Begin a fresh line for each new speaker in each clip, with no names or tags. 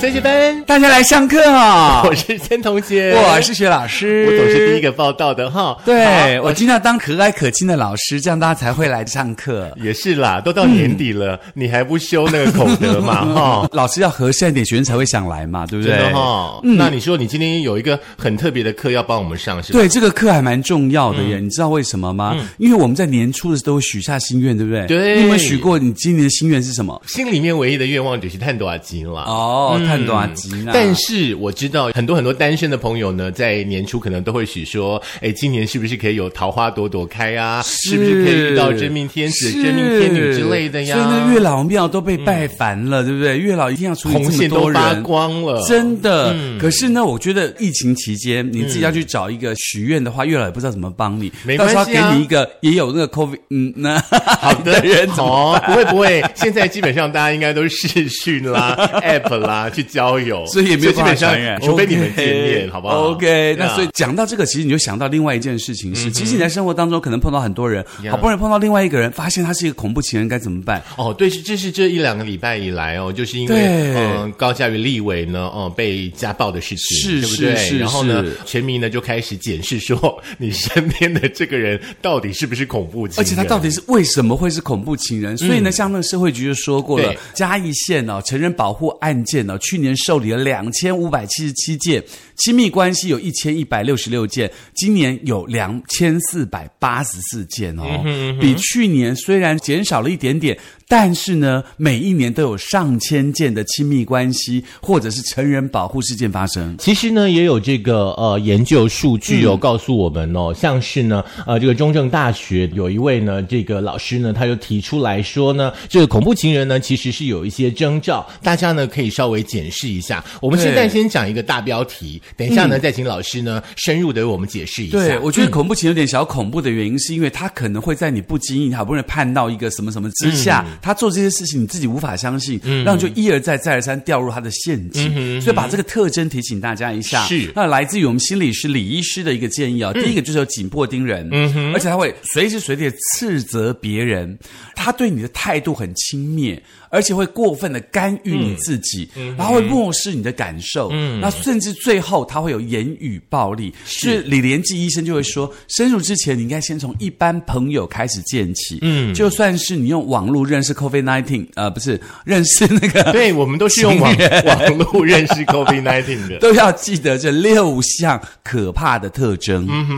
孙学芬，
大家来上课啊、
我是孙同学，
我是薛老师，
我总是第一个报道的哈。
对，
好
我尽量当可爱可亲的老师，这样大家才会来上课。
也是啦，都到年底了，
嗯
你还不修那个口德 嘛哈？
老师要和善一点，学生才会想来嘛，对不
哦
嗯
真
对
的？哦哈，那你说你今天有一个很特别的课要帮我们上是吧？
对，这个课还蛮重要的
嗯
耶，你知道为什么吗？因为我们在年初的时候都会许下心愿，对不对？
对
你有没有许过你今年的心愿是什么？
心里面唯一的愿望就是探多少集啦。
哦，探短吉呢？
嗯但是我知道很多很多单身的朋友呢，在年初可能都会许说，哎，今年是不是可以有桃花朵朵开啊？是不是可以遇到真命天子、
是
真命天女之类的呀？嗯
所以那月老庙都被拜烦了，对不对？月老一定要处理
红
这么
线
多
都
人，
发光了，
真的。
嗯
可是呢，我觉得疫情期间你自己要去找一个许愿的话，月老也不知道怎么帮你。
没
到时候
关系啊
要给你一个也有那个 COVID，嗯， 那
好的
人怎么
哦，不会不会，现在基本上大家应该都是视讯 啦、App 啦去交友，
所以也没有
基
办法
本上
传 染，
除非你们
OK
见面，好不好
OK，那
对啊
所以讲到这个，其实你就想到另外一件事情是，其实你在生活当中可能碰到很多人，
嗯 Yeah
好不容易碰到另外一个人，发现他是一个恐怖情人，该怎么办？
哦，对，是这是这一两个礼拜以来哦，就是因为
对
嗯，高嘉瑜立委呢，哦、被家暴的事情，
是
对不对？
是是
然后呢
是，
全民呢就开始检视说，你身边的这个人到底是不是恐怖情人？嗯
而且他到底是为什么会是恐怖情人？所以呢，像那个社会局就说过了
对，
嘉义县哦，成人保护案件哦，去年受理了两千五百七十七件，亲密关系有一千一百六十六件，今年有两千四百八十四件哦，
嗯
比去年虽然减少了一点点，但是呢，每一年都有上千件的亲密关系或者是成人保护事件发生。
其实呢，也有这个呃研究数据
嗯
哦，告诉我们哦，像是呢，呃，这个中正大学有一位呢，这个老师呢，他就提出来说呢，这个恐怖情人呢，其实是有一些征兆，大家呢可以稍微检视一下。我们现在
对嗯
先讲一个大标题，等一下呢，再请老师呢深入的为我们解释一下。嗯
对，我觉得恐怖情有点小恐怖的原因，是因为他可能会在你不经意、好不容易盼到一个什么什么之下，
嗯
他做这些事情你自己无法相信，然后你就一而再、再而三掉入他的陷阱。
嗯
所以把这个特征提醒大家一下。
是
啊那来自于我们心理师李医师的一个建议啊、第一个就是有紧迫盯人，而且他会随时随地地斥责别人，他对你的态度很轻蔑，而且会过分的干预你自己，然后会漠视你的感受，那甚至最后他会有言语暴力。嗯是李连记医生就会说，深入之前你应该先从一般朋友开始建起，嗯，就算是你用网络认识 COVID nineteen，呃，不是认识那个
对，我们都是用网
情人
网络认识 COVID 19的。
都要记得这六项可怕的特征。
嗯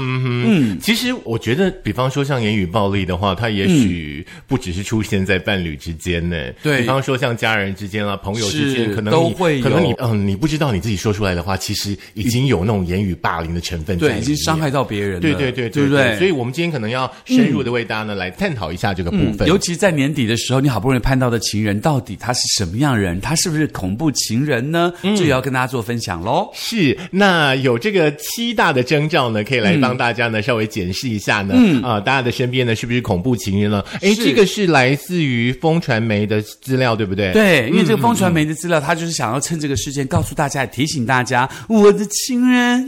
嗯
其实我觉得，比方说像言语暴力的话，它也许不只是出现在伴侣之间呢。
嗯对
比方说像家人之间啊，朋友之间，
是
可能
都
你
会有
可能你嗯，你不知道你自己说出来的话，其实已经有那种言语霸凌的成分在里
对，
面，
已经伤害到别人了，
对。对对对
对
对
不对？嗯
所以我们今天可能要深入的为大家呢、来探讨一下这个部分。
尤其在年底的时候，你好不容易盼到的情人，到底他是什么样人？他是不是恐怖情人呢？这也要跟大家做分享喽。
嗯是，那有这个七大的征兆呢，可以来帮大家呢、稍微检视一下呢，嗯啊、大家的身边呢是不是恐怖情人了？诶，
是
这个是来自于风传媒的资料，对不对？。
对，因为这个风传媒的资料，他就是想要趁这个事件告诉大家，提醒大家，我的情人。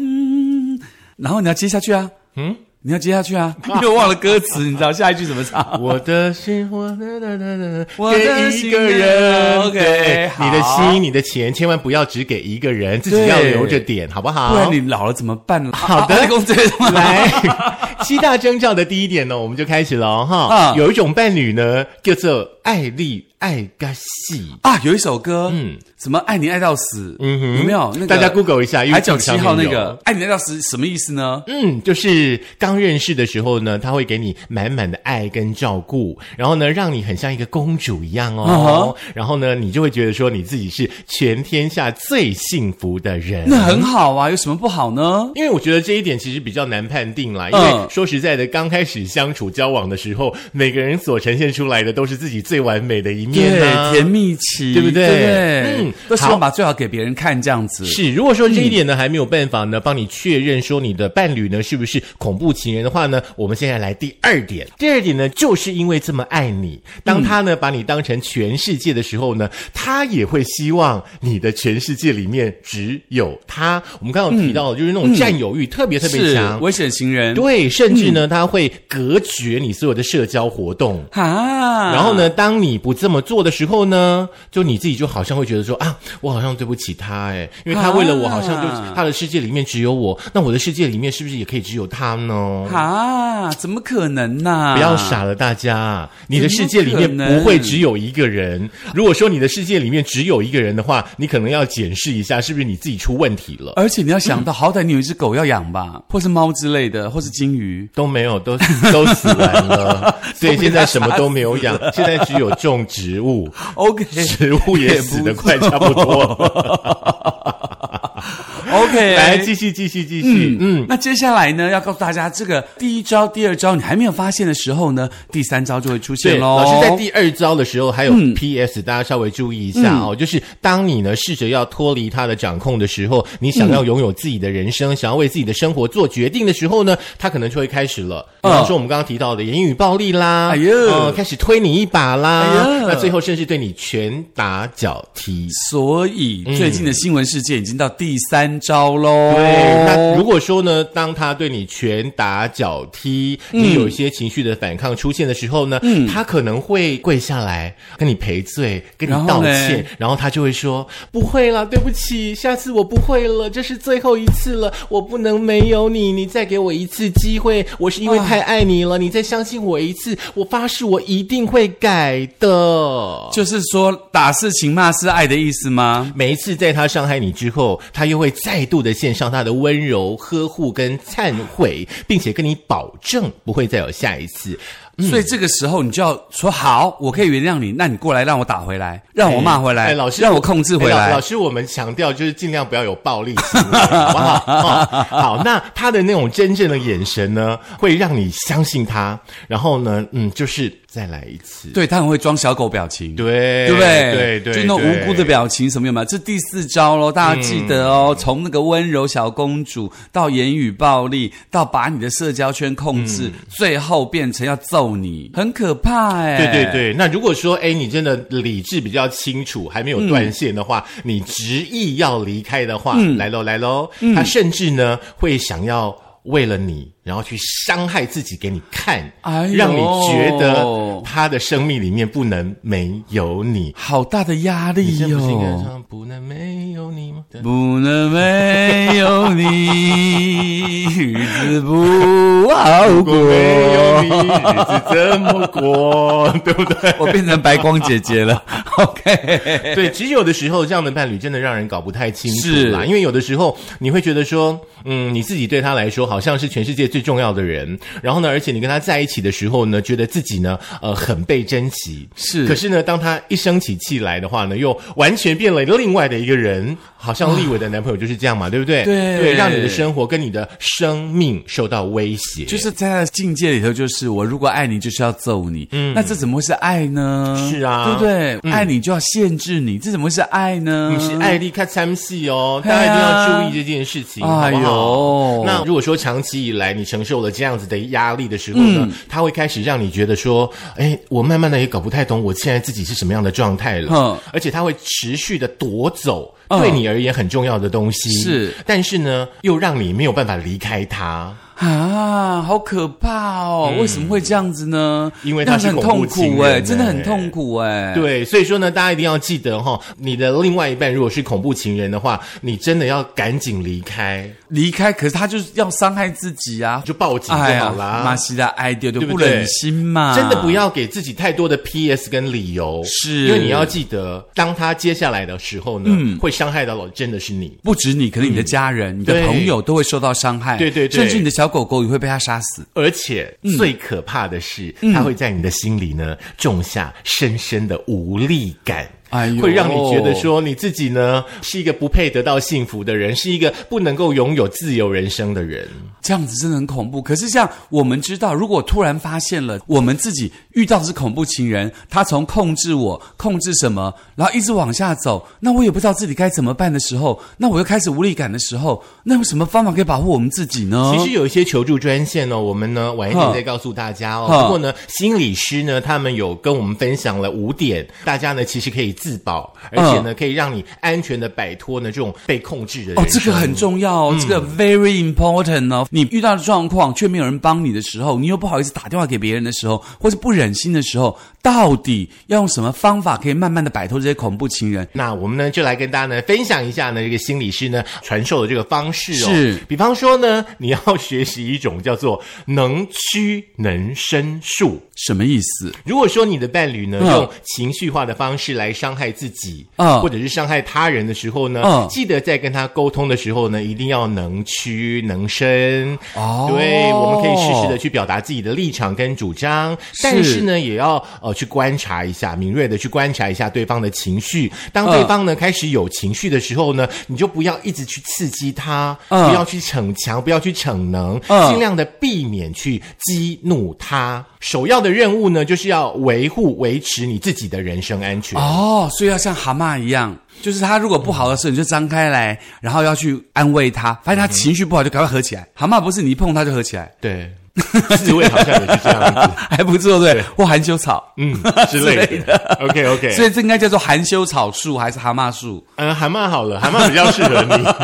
嗯然后你要接下去啊，嗯，你要接下去 啊，因为我忘了歌词，你知道下一句怎么 唱？
我的心，我的的的的，
我
给
的
一
心
个人
人。，OK，
对你的
好
心，你的钱，千万不要只给一个人，自己要
对
留着点，好不好？
不然你老了怎么办呢？
好的
啊啊工作怎么
来，七大征兆的第一点呢，我们就开始了哦哈。
嗯
有一种伴侣呢，叫做爱丽爱嘎西。
啊，有一首歌，
嗯
嗯，什么爱你爱到死，
嗯
嗯
哼
哼，有没有？那个
大家 Google 一下
海角
YouTube 上
七
面
号那
有
个哎爱你爱到死什么意思呢？
嗯，就是刚认识的时候呢，他会给你满满的爱跟照顾，然后呢，让你很像一个公主一样
啊
哦。然后呢，你就会觉得说你自己是全天下最幸福的人。
那很好啊，有什么不好呢？
因为我觉得这一点其实比较难判定啦，因为
嗯
说实在的，刚开始相处交往的时候，每个人所呈现出来的都是自己最完美的一面啊。
甜蜜期，
对不对
对不
嗯
对？都希
好
望把最好给别人看，这样子。
是，如果说这一点呢还没有办法呢帮你确认说你的伴侣呢是不是恐怖情人的话呢，我们现在来第二点。第二点呢，就是因为这么爱你，当他呢把你当成全世界的时候呢，他也会希望你的全世界里面只有他。我们刚刚有提到，就是那种占有欲特别特别
嗯是
强。
危险情人
对，甚至呢，他会隔绝你所有的社交活动。
啊。
然后呢，当当你不这么做的时候呢，就你自己就好像会觉得说啊，我好像对不起他哎，因为他为了我，好像就
啊
他的世界里面只有我，那我的世界里面是不是也可以只有他呢？
啊，怎么可能呢、
不要傻了，大家！你的世界里
怎
面
么可能
不会只有一个人。如果哎说你的世界里面只有一个人的话，你可能要检视一下，是不是你自己出问题了？
而且你要想到，好歹你有一只狗要养
嗯
吧，或是猫之类的，或是金鱼。
都没有，都都死完 了，所以现在什么都没有养，现在只有种植 物，
OK
植物也死的快差不多了。
OK，
来，继续，继续，继续。嗯，
嗯，那接下来呢，要告诉大家，这个第一招、第二招你还没有发现的时候呢，第三招就会出
对，
现喽。
老师在第二招的时候还有
嗯
PS，、大家稍微注意一下哦。就是当你呢试着要脱离他的掌控的时候，你想要拥有自己的人
嗯
生，想要为自己的生活做决定的时候呢，他可能就会开始了。比方说我们刚刚提到的言语暴力啦，
嗯哎呦
呃开始推你一把啦，
哎呀
那最后甚至对你拳打脚踢。
所以最近的新闻事件已经到第三招喽。
嗯对，那如果说呢，当他对你拳打脚踢，
嗯
你有一些情绪的反抗出现的时候呢，他可能会跪下来跟你赔罪，跟你
然后
道
嘞
歉，然后他就会说：“不会啦，对不起，下次我不会了，这是最后一次了，我不能没有你，你再给我一次机会，我是因为太爱你了，你再相信我一次，我发誓我一定会改的。”
就是说打是情，骂是爱的意思吗？
每一次在他伤害你之后，他又会再度的献上他的温柔、呵护跟忏悔，并且跟你保证不会再有下一次。嗯
所以这个时候你就要说好，我可以原谅你，那你过来让我打回来，让我骂回来，
哎老师
让我控制回
哎老
来
老。师，我们强调就是尽量不要有暴力行为，好不好？哦好，那他的那种真正的眼神呢，会让你相信他。然后呢，嗯，就是再来一次。
对他很会装小狗表情。
对
对不对？
对对，
就那种
对
无辜的表情什么有没有？这第四招喽，大家记得哦。从那个温柔小公主到言语暴力，到把你的社交圈控制，
嗯
最后变成要揍你，很可怕哎、
对对。对，那如果说哎，你真的理智比较清楚，还没有断线的话，
嗯
你执意要离开的话，来喽来喽，
嗯
他甚至呢会想要。为了你，然后去伤害自己给你看，
哎呦
让你觉得他的生命里面不能没有你。
好大的压
你
力
这不是应该
哟、
唱不能没有你吗？
不能没有你， 日子不好
如果没有你，
过。
日子 怎么过？ 对不对？
我变成白光姐姐了。OK，
对，其实有的时候这样的伴侣真的让人搞不太清楚
是
啦，因为有的时候你会觉得说，嗯，你自己对他来说好像是全世界最重要的人，然后呢，而且你跟他在一起的时候呢，觉得自己呢，呃，很被珍惜。
是
可是呢，当他一生起气来的话呢，又完全变了另外的一个人，好像立伟的男朋友就是这样嘛，对不对？
啊对
对，让你的生活跟你的生命受到威胁，
就是在他的境界里头，就是我如果爱你，就是要揍你。嗯，那这怎么会是爱呢？
是啊
对不对？爱你就要限制你，这怎么会是爱呢？
你是艾丽看参戏哦，大
对啊
家一定要注意这件事情，好
哎
不
呦
好？那如果说长期以来你承受了这样子的压力的时候
嗯
呢，他会开始让你觉得说，哎，我慢慢的也搞不太懂我现在自己是什么样的状态了
哼，
而且他会持续的夺走
嗯
对你而言很重要的东西，
是，
但是呢，又让你没有办法离开他。
啊，好可怕哦！为什么会这样子呢？
嗯因为他
那样子
是
很
恐怖
痛
情
苦哎，
人
真的很
哎
痛苦哎。。
对，所以说呢，大家一定要记得哈、你的另外一半如果是恐怖情人的话，你真的要赶紧离开，
离开，可是他就是要伤害自己啊！
就报警就
哎
好
呀，
啦。
马西拉爱丢就
对不
不
对
忍心嘛，
真的不要给自己太多的 PS 跟理由，
是
因为你要记得，当他接下来的时候呢，会伤害到的真的是你。
不止你，可能你的家人、你
对
的朋友都会受到伤害，
对对对
甚至你的小狗狗也会被他杀死。
而且最可怕的是，他会在你的心里呢种下深深的无力感。
哎呦
会让你觉得说你自己呢是一个不配得到幸福的人，是一个不能够拥有自由人生的人。
这样子真的很恐怖。可是像我们知道，如果突然发现了我们自己遇到的是恐怖情人，他从控制我、控制什么，然后一直往下走，那我也不知道自己该怎么办的时候，那我又开始无力感的时候，那有什么方法可以保护我们自己呢？
其实有一些求助专线哦，我们呢晚一点再告诉大家哦。
哈
不过呢，心理师呢他们有跟我们分享了五点，大家呢其实可以自保，而且呢可以让你安全的摆脱呢这种被控制的人
哦
生。，
这个很重要哦，这个 very important 哦。你遇到的状况却没有人帮你的时候，你又不好意思打电话给别人的时候，或是不忍心的时候，到底要用什么方法可以慢慢的摆脱这些恐怖情人？
那我们呢，就来跟大家呢分享一下呢，这个心理师呢传授的这个方式哦。
是
比方说呢，你要学习一种叫做能屈能伸术。
什么意思？
如果说你的伴侣呢、
嗯
用情绪化的方式来伤害自己，
嗯
或者是伤害他人的时候呢，
嗯
记得在跟他沟通的时候呢，一定要能屈能伸。
哦
对，我们可以适时的去表达自己的立场跟主张，但是呢，也要呃去观察一下，敏锐的去观察一下对方的情绪。当对方呢、开始有情绪的时候呢，你就不要一直去刺激他，
嗯
不要去逞强，不要去逞能，
嗯
尽量的避免去激怒他。首要的任务呢，就是要维护、维持你自己的人身安全。
哦，所以要像蛤蟆一样，就是他如果不好的时候，你就张开来，然后要去安慰他。发现他情绪不好，就赶快合起来。蛤蟆不是你一碰它就合起来，
对，刺猬好像也是这样子，
还不错对不对，或含羞草。
嗯之类的。OK OK，
所以这应该叫做含羞草术还是蛤蟆术？
嗯，蛤蟆好了，蛤蟆比较适合你。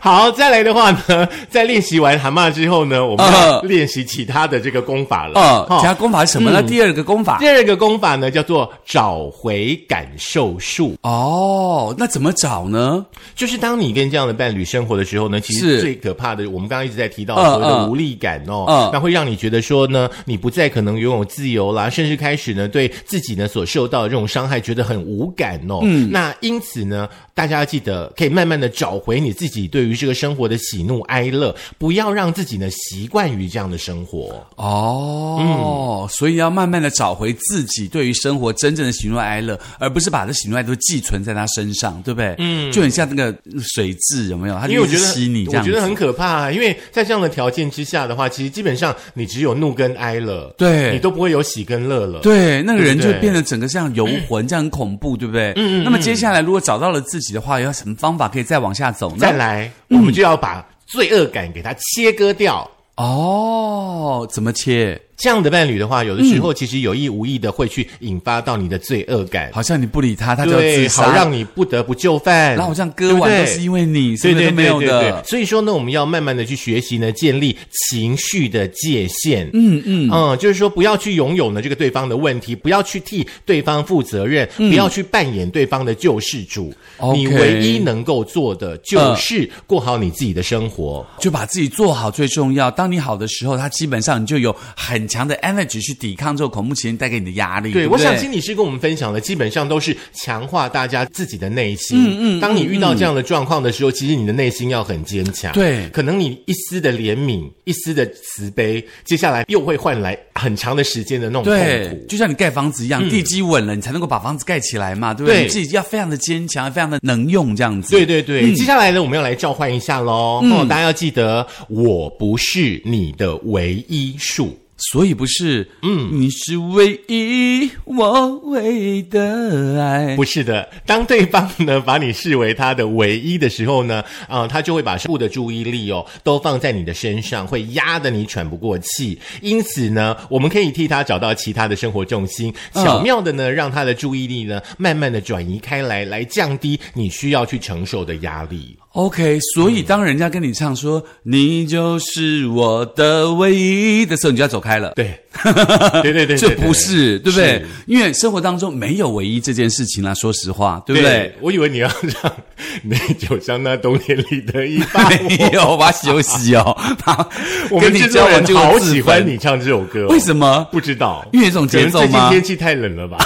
好，再来的话呢，在练习完蛤蟆之后呢，我们要
嗯
练习其他的这个功法了。
呃，
哈
其他功法是什么呢？第二个功法
第二个功法呢，叫做找回感受术，
哦，那怎么找呢？
就是当你跟这样的伴侣生活的时候呢，其实
是
最可怕的，我们刚刚一直在提到
嗯
所谓的
嗯
无力感哦，
嗯
那会让你觉得说呢，你不再可能拥有自由啦，甚至开始呢对自己呢所受到的这种伤害觉得很无感哦。嗯，那因此呢，大家要记得可以慢慢的找回你自己对于这个生活的喜怒哀乐，不要让自己呢习惯于这样的生活。
哦，所以要慢慢的找回自己对于生活真正的喜怒哀乐，而不是把这喜怒哀乐都寄存在他身上，对不对？嗯，就很像那个水蛭有没有？它
因为
啊就
我
一直
觉得
吸你这
我
样
觉
子。
得很可怕、啊，因为在这样的条件之下的话，其实基本上你只有怒跟哀了，
对
你都不会有喜跟乐了。
对，那个人就
对不对
变得整个像游魂，这样很恐怖，对不对？嗯嗯。那么接下来，如果找到了自己的话，有什么方法可以再往下走呢？
再来，我
嗯
们就要把罪恶感给它切割掉。
哦，怎么切？
这样的伴侣的话，有的
嗯
时候其实有意无意的会去引发到你的罪恶感，
好像你不理他，他就要
对，
自
好
杀，
让你不得不就范，
然后好像割
对
腕都
不对
是因为你，
对
什么
对
都没
对
有
对对
的，。
所以说呢，我们要慢慢的去学习呢，建立情绪的界限。嗯嗯嗯，就是说不要去拥有呢这个对方的问题，不要去替对方负责任，不要去扮演对方的救世主。
嗯 OK 嗯
你唯一能够做的就是过好你自己的生活。
就把自己做好最重要。当你好的时候，他基本上你就有很强的 energy 去抵抗这种恐怖情人带给你的压力。对
对，
不
我
对，
想心理师跟我们分享的，基本上都是强化大家自己的内心。嗯嗯，当你遇到这样的状况的时候，其实你的内心要很坚强。
对
可能你一丝的怜悯，一丝的慈悲，接下来又会换来很长的时间的那种痛
对
苦，。
就像你盖房子一样，地基稳了，你才能够把房子盖起来嘛，对
嗯
不
对
对？你自己要非常的坚强，非常的能用这样子。
对对对，接下来呢，我们要来召唤一下喽。哦，大家要记得，我不是你的唯一数。
所以不是，嗯，你是唯一我唯一的 爱。
不是的，当对方呢把你视为他的唯一的时候呢，啊、他就会把全部的注意力哦都放在你的身上，会压得你喘不过气。因此呢，我们可以替他找到其他的生活重心，
嗯
巧妙的呢让他的注意力呢慢慢的转移开来，来降低你需要去承受的压力。
OK，所以当人家跟你唱说“你就是我的唯一”的时候，你就要走开了。
对，对对对对
这
对
不是对不对
是？
因为生活当中没有唯一这件事情啦，说实话，对不对？
我以为你要让美酒香那冬天里的一把火。
没有，我要休 息哦。
我
跟
们
你
制作
交往
人
就
好
有
喜
自
欢
焚，
你唱这首歌、哦，
为什么？
不知道，
因为有一种节奏
可能最近
吗
天气太冷了吧。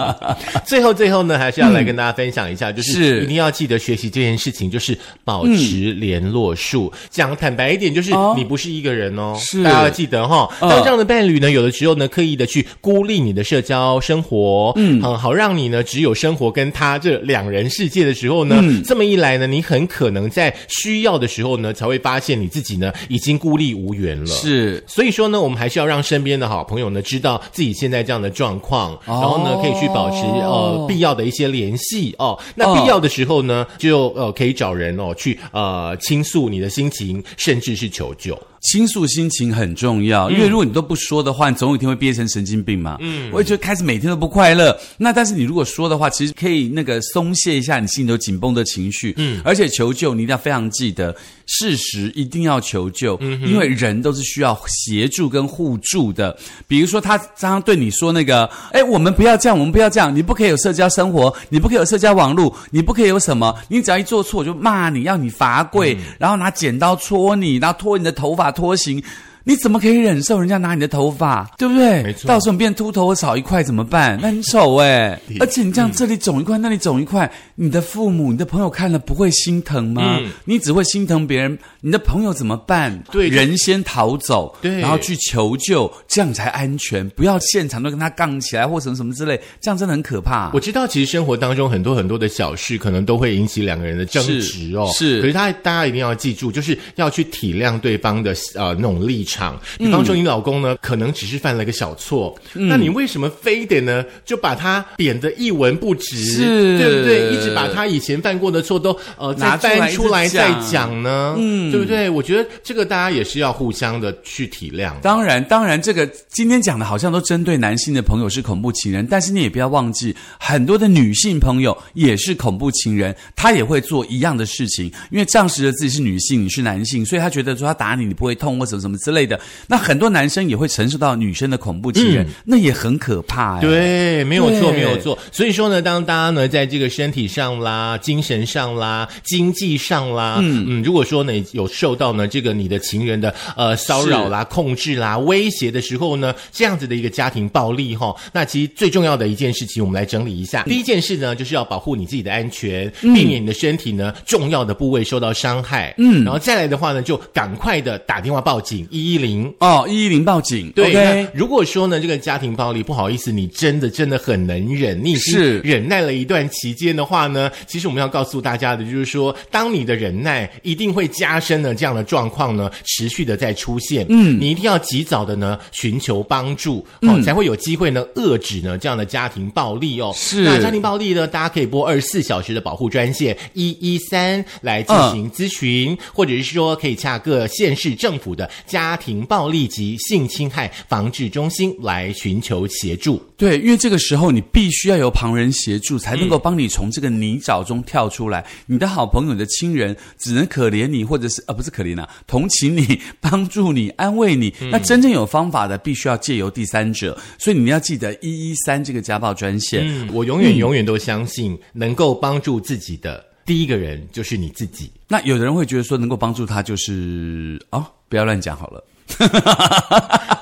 最后，最后呢，还是要来跟大家分享一下，就是
是
一定要记得学习这件事情，就是保持联络数。讲坦白一点，就是
哦
你不是一个人哦，
是
大家要记得哈。
嗯
当这样的伴侣呢，有的时候呢，刻意的去孤立你的社交生活，嗯，好让你呢只有生活跟他这两人世界的时候呢，
嗯
这么一来呢，你很可能在需要的时候呢，才会发现你自己呢已经孤立无援了。
是
所以说呢，我们还是要让身边的好朋友呢知道自己现在这样的状况，然后呢可以去保持呃必要的一些联系哦。那必要的时候呢，就呃可以找人哦去呃倾诉你的心情，甚至是求救。
倾诉心情很重要，
嗯
因为如果你都不说的话，你总有一天会憋成神经病嘛。嗯，我也觉得开始每天都不快乐。那但是你如果说的话，其实可以那个松懈一下你心里头紧绷的情绪。嗯，而且求救你一定要非常记得，事实一定要求救，
嗯
因为人都是需要协助跟互助的。比如说他常常对你说那个，哎，我们不要这样，我们不要这样，你不可以有社交生活，你不可以有社交网络，你不可以有什么，你只要一做错我就骂你，要你罚跪，然后拿剪刀戳你，然后拖你的头发拖行。你怎么可以忍受人家拿你的头发，对不对？
没错
到时候你变秃头，我少一块怎么办？那很丑哎、而且你这样这里肿一块，那里肿一块，你的父母、你的朋友看了不会心疼吗？你只会心疼别人，你的朋友怎么办？
嗯对
人先逃走，
对
然后去求救，这样才安全。不要现场都跟他杠起来或什么什么之类，这样真的很可怕。
我知道，其实生活当中很多很多的小事，可能都会引起两个人的争执哦。
是是
可是大家大家一定要记住，就是要去体谅对方的呃那种立场。
嗯
比方说，你老公呢，可能只是犯了一个小错，那你为什么非得呢就把他贬得一文不值？
是
对不对？一直把他以前犯过的错都呃再
拿出来
翻出来
一直
再
讲
讲呢？嗯，对不对？我觉得这个大家也是要互相的去体谅。
当然，当然，这个今天讲的好像都针对男性的朋友是恐怖情人，但是你也不要忘记，很多的女性朋友也是恐怖情人，她也会做一样的事情，因为仗着自己是女性，你是男性，所以她觉得说她打你你不会痛或什么什么之类的。那很多男生也会承受到女生的恐怖情人，那也很可怕、哎。。
对，没有错，
对
没有错。所以说呢，当大家呢在这个身体上啦、精神上啦、经济上啦，嗯嗯，如果说呢有受到呢这个你的情人的呃骚扰啦、控制啦、威胁的时候呢，这样子的一个家庭暴力哈、那其实最重要的一件事情，我们来整理一下。第一件事呢，就是要保护你自己的安全，避免你的身体呢重要的部位受到伤害。嗯，然后再来的话呢，就赶快的打电话报警一一零。
哦，一一零报警。
对
o
那
k
如果说呢，这个家庭暴力，不好意思，你真的真的很能忍，你已经
是
忍耐了一段期间的话呢，其实我们要告诉大家的就是说，当你的忍耐一定会加深了这样的状况呢，持续的在出现，嗯，你一定要及早的呢寻求帮助，
嗯
哦，才会有机会呢遏制呢这样的家庭暴力哦。
是
那家庭暴力呢，大家可以拨二十四小时的保护专线一一三来进
嗯
行。咨询，或者是说可以洽各县市政府的家庭暴力及性侵害防治中心来寻求协助。
对，因为这个时候你必须要有旁人协助，才能够
嗯
帮你从这个泥沼中跳出来。你的好朋友、你的亲人只能可怜你，或者是呃不是可怜啊，同情你、帮助你、安慰你。
嗯
那真正有方法的，必须要借由第三者。所以你要记得一一三这个家暴专线。
嗯，我永远永远都相信，能够帮助自己的第一个人就是你自己。
那有的人会觉得说，能够帮助他就是哦，不要乱讲 好了。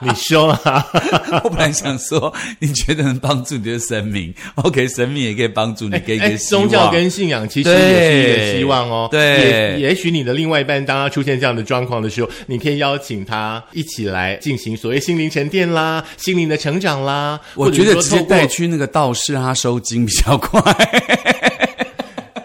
你说了，
我本来想说，你觉得能帮助你的神明，OK，神明也可以帮助你，给你一
哎，
个希望
宗教跟信仰其实
对
也是你的希望哦。
对
也也许你的另外一半当他出现这样的状况的时候，你可以邀请他一起来进行所谓心灵沉淀啦、心灵的成长啦。
我觉
或
得
者
直
说
接
透过
带去那个道士让他收金比较快，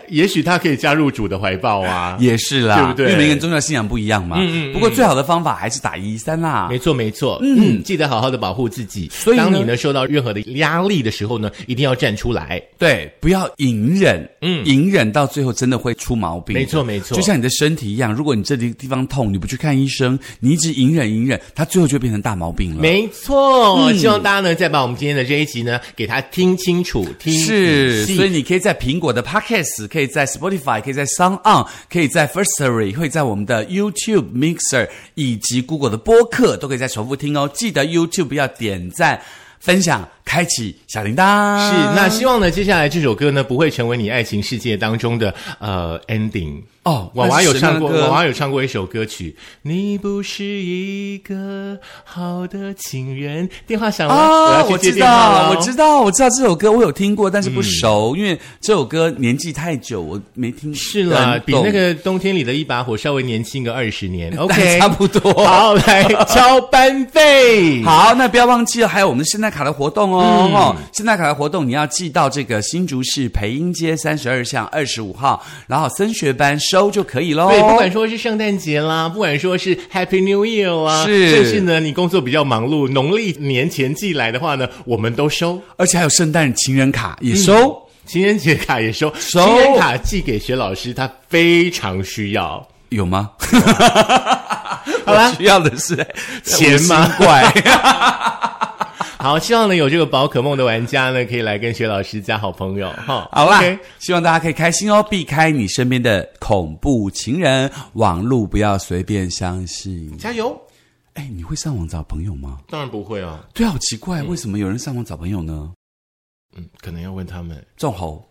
也许他可以加入主的怀抱啊。
也是啦，
对不对
因为每个人宗教信仰不一样嘛。嗯嗯不过最好的方法还是打一三啦
没。错，没错，嗯，记得好好的保护自己。
所以呢
当你呢受到任何的压力的时候呢，一定要站出来。
对，不要隐忍，嗯，隐忍到最后真的会出毛病。
没错，。没错，
就像你的身体一样，如果你这地地方痛，你不去看医生，你一直隐忍隐忍，它最后就会变成大毛病了。
没错。
嗯
希望大家呢再把我们今天的这一集呢给它听清楚、听
是，
仔细
所以你可以在苹果的 Podcast，可以在 Spotify，可以在 Sound On，可以在 Firstory，会在我们的 YouTube Mixer 以及 Google 的播客都可以在重复听哦。记得 YouTube 要点赞、分享、开启小铃铛。
是，
嗯
那希望呢，接下来这首歌呢不会成为你爱情世界当中的呃 ending
哦
娃娃有唱过，
那是什么样的歌
娃娃有唱过一首歌曲，你不是一个好的情人。电话响了，
啊，
我要
我
去接
知
电话
道，
了。
我知道，我知道这首歌我有听过，但是不熟，因为这首歌年纪太久，我没听。
嗯是啦，
很
比
懂
那个冬天里的一把火稍微年轻个二十 年。OK，
差不多
好，来交班 费。，
好，那不要忘记了，还有我们的圣诞卡的活动哦。
嗯
哦，圣诞卡的活动你要寄到这个新竹市培英街三十二巷二十五号，然后升学班收就可以喽。
对，不管说是圣诞节啦，不管说是 Happy New Year 啦，
是
甚至呢，你工作比较忙碌，农历年前寄来的话呢，我们都收。
而且还有圣诞情人卡也收。
情人节卡也收，
收
情人卡寄给学老师，他非常需要。
有吗？
好啦
我需要的是
钱吗
无形怪。
好，希望呢有这个宝可梦的玩家呢，可以来跟薛老师加好朋友哈。
好啦
OK
希望大家可以开心哦，避开你身边的恐怖情人，网络不要随便相信。
加油！
哎，你会上网找朋友吗？
当然不会哦，
对啊，好奇怪，为什么有人上网找朋友呢？
嗯，可能要问他们。
众猴，